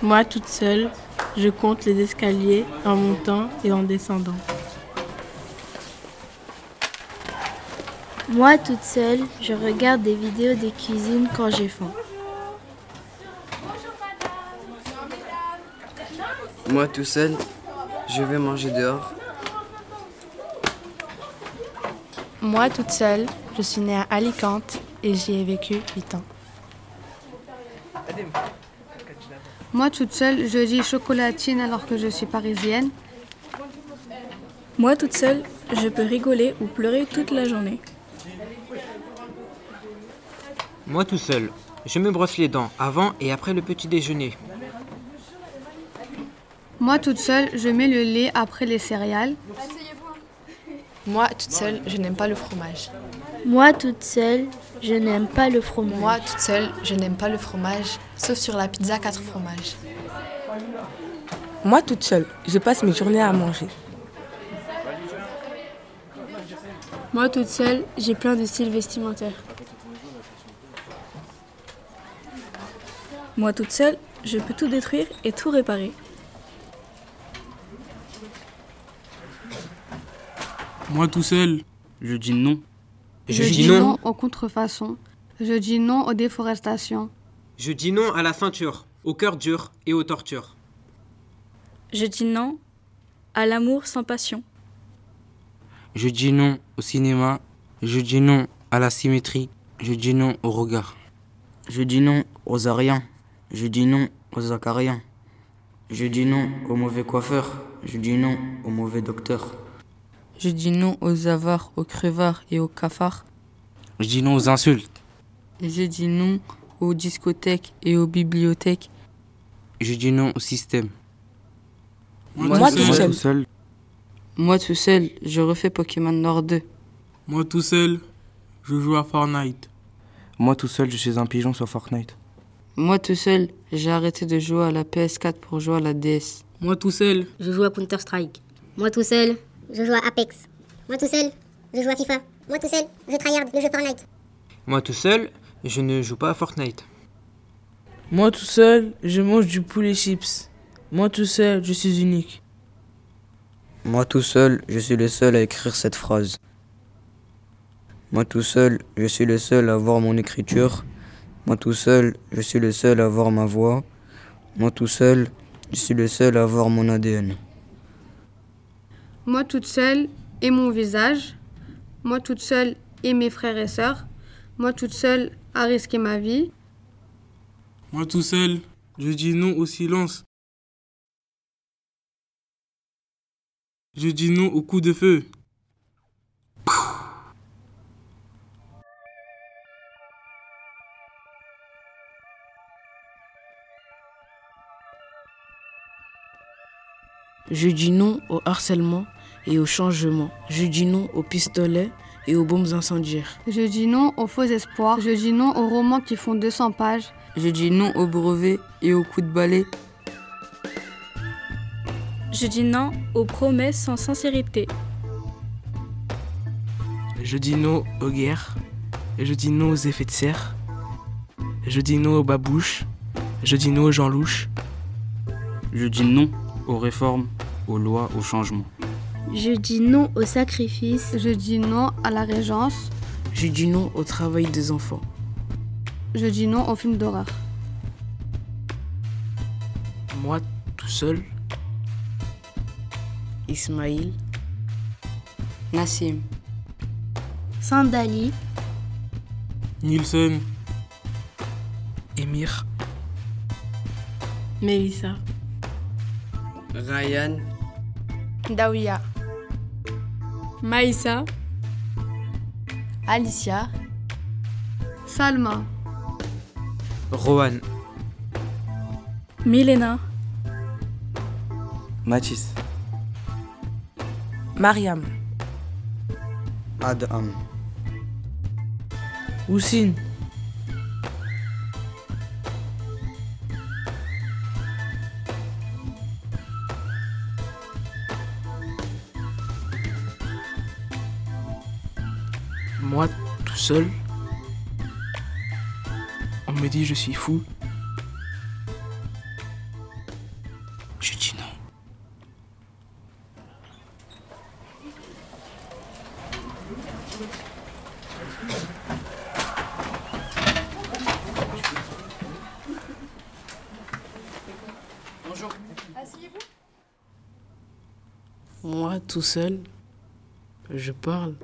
Moi toute seule, je compte les escaliers en montant et en descendant. Moi toute seule, je regarde des vidéos des cuisines quand j'ai faim. Moi tout seul, je vais manger dehors. Moi toute seule, je suis née à Alicante et j'y ai vécu 8 ans. Moi toute seule, je dis chocolatine alors que je suis parisienne. Moi toute seule, je peux rigoler ou pleurer toute la journée. Moi tout seul, je me brosse les dents avant et après le petit déjeuner. Moi toute seule, je mets le lait après les céréales. Moi toute seule, je n'aime pas le fromage. Moi toute seule, je n'aime pas le fromage. Moi toute seule, je n'aime pas le fromage, sauf sur la pizza 4 fromages. Moi toute seule, je passe mes journées à manger. Moi toute seule, j'ai plein de styles vestimentaires. Moi toute seule, je peux tout détruire et tout réparer. Moi tout seul, je dis non. Je, dis, non. aux contrefaçons. Je dis non aux déforestations. Je dis non à la ceinture, au cœur dur et aux tortures. Je dis non à l'amour sans passion. Je dis non au cinéma. Je dis non à la symétrie. Je dis non au regard. Je dis non aux ariens. Je dis non aux acariens. Je dis non aux mauvais coiffeurs. Je dis non aux mauvais docteurs. Je dis non aux avares, aux crevards et aux cafards. Je dis non aux insultes. Je dis non aux discothèques et aux bibliothèques. Je dis non au système. Moi, Moi tout seul. seul. Moi tout seul, je refais Pokémon Nord 2. Moi tout seul, je joue à Fortnite. Moi tout seul, je suis un pigeon sur Fortnite. Moi tout seul, j'ai arrêté de jouer à la PS4 pour jouer à la DS. Moi tout seul, Je joue à Counter-Strike. Moi tout seul, je joue à Apex. Moi tout seul, je joue à FIFA. Moi tout seul, je tryhard le jeu Fortnite. Moi tout seul, je ne joue pas à Fortnite. Moi tout seul, je mange du poulet chips. Moi tout seul, je suis unique. Moi tout seul, je suis le seul à écrire cette phrase. Moi tout seul, je suis le seul à voir mon écriture. Moi tout seul, je suis le seul à voir ma voix. Moi tout seul, je suis le seul à voir mon ADN. Moi toute seule et mon visage. Moi toute seule et mes frères et sœurs. Moi toute seule à risquer ma vie. Moi tout seul, je dis non au silence. Je dis non au coup de feu. Je dis non au harcèlement et au changement. Je dis non aux pistolets et aux bombes incendiaires. Je dis non aux faux espoirs. Je dis non aux romans qui font 200 pages. Je dis non aux brevets et aux coups de balai. Je dis non aux promesses sans sincérité. Je dis non aux guerres. Je dis non aux effets de serre. Je dis non aux babouches. Je dis non aux gens louches. Je dis non aux réformes, aux lois, aux changements. Je dis non au sacrifice. Je dis non à la régence. Je dis non au travail des enfants. Je dis non aux films d'horreur. Moi, tout seul, Ismail, Nassim, Sandali. Nielsen, Émir, Mélissa. Ryan, Daouia, Maïssa, Alicia, Salma. Rohan, Milena, Mathis. Mariam, Adam, Oussine, Moi tout seul, on me dit je suis fou. tout seul, je parle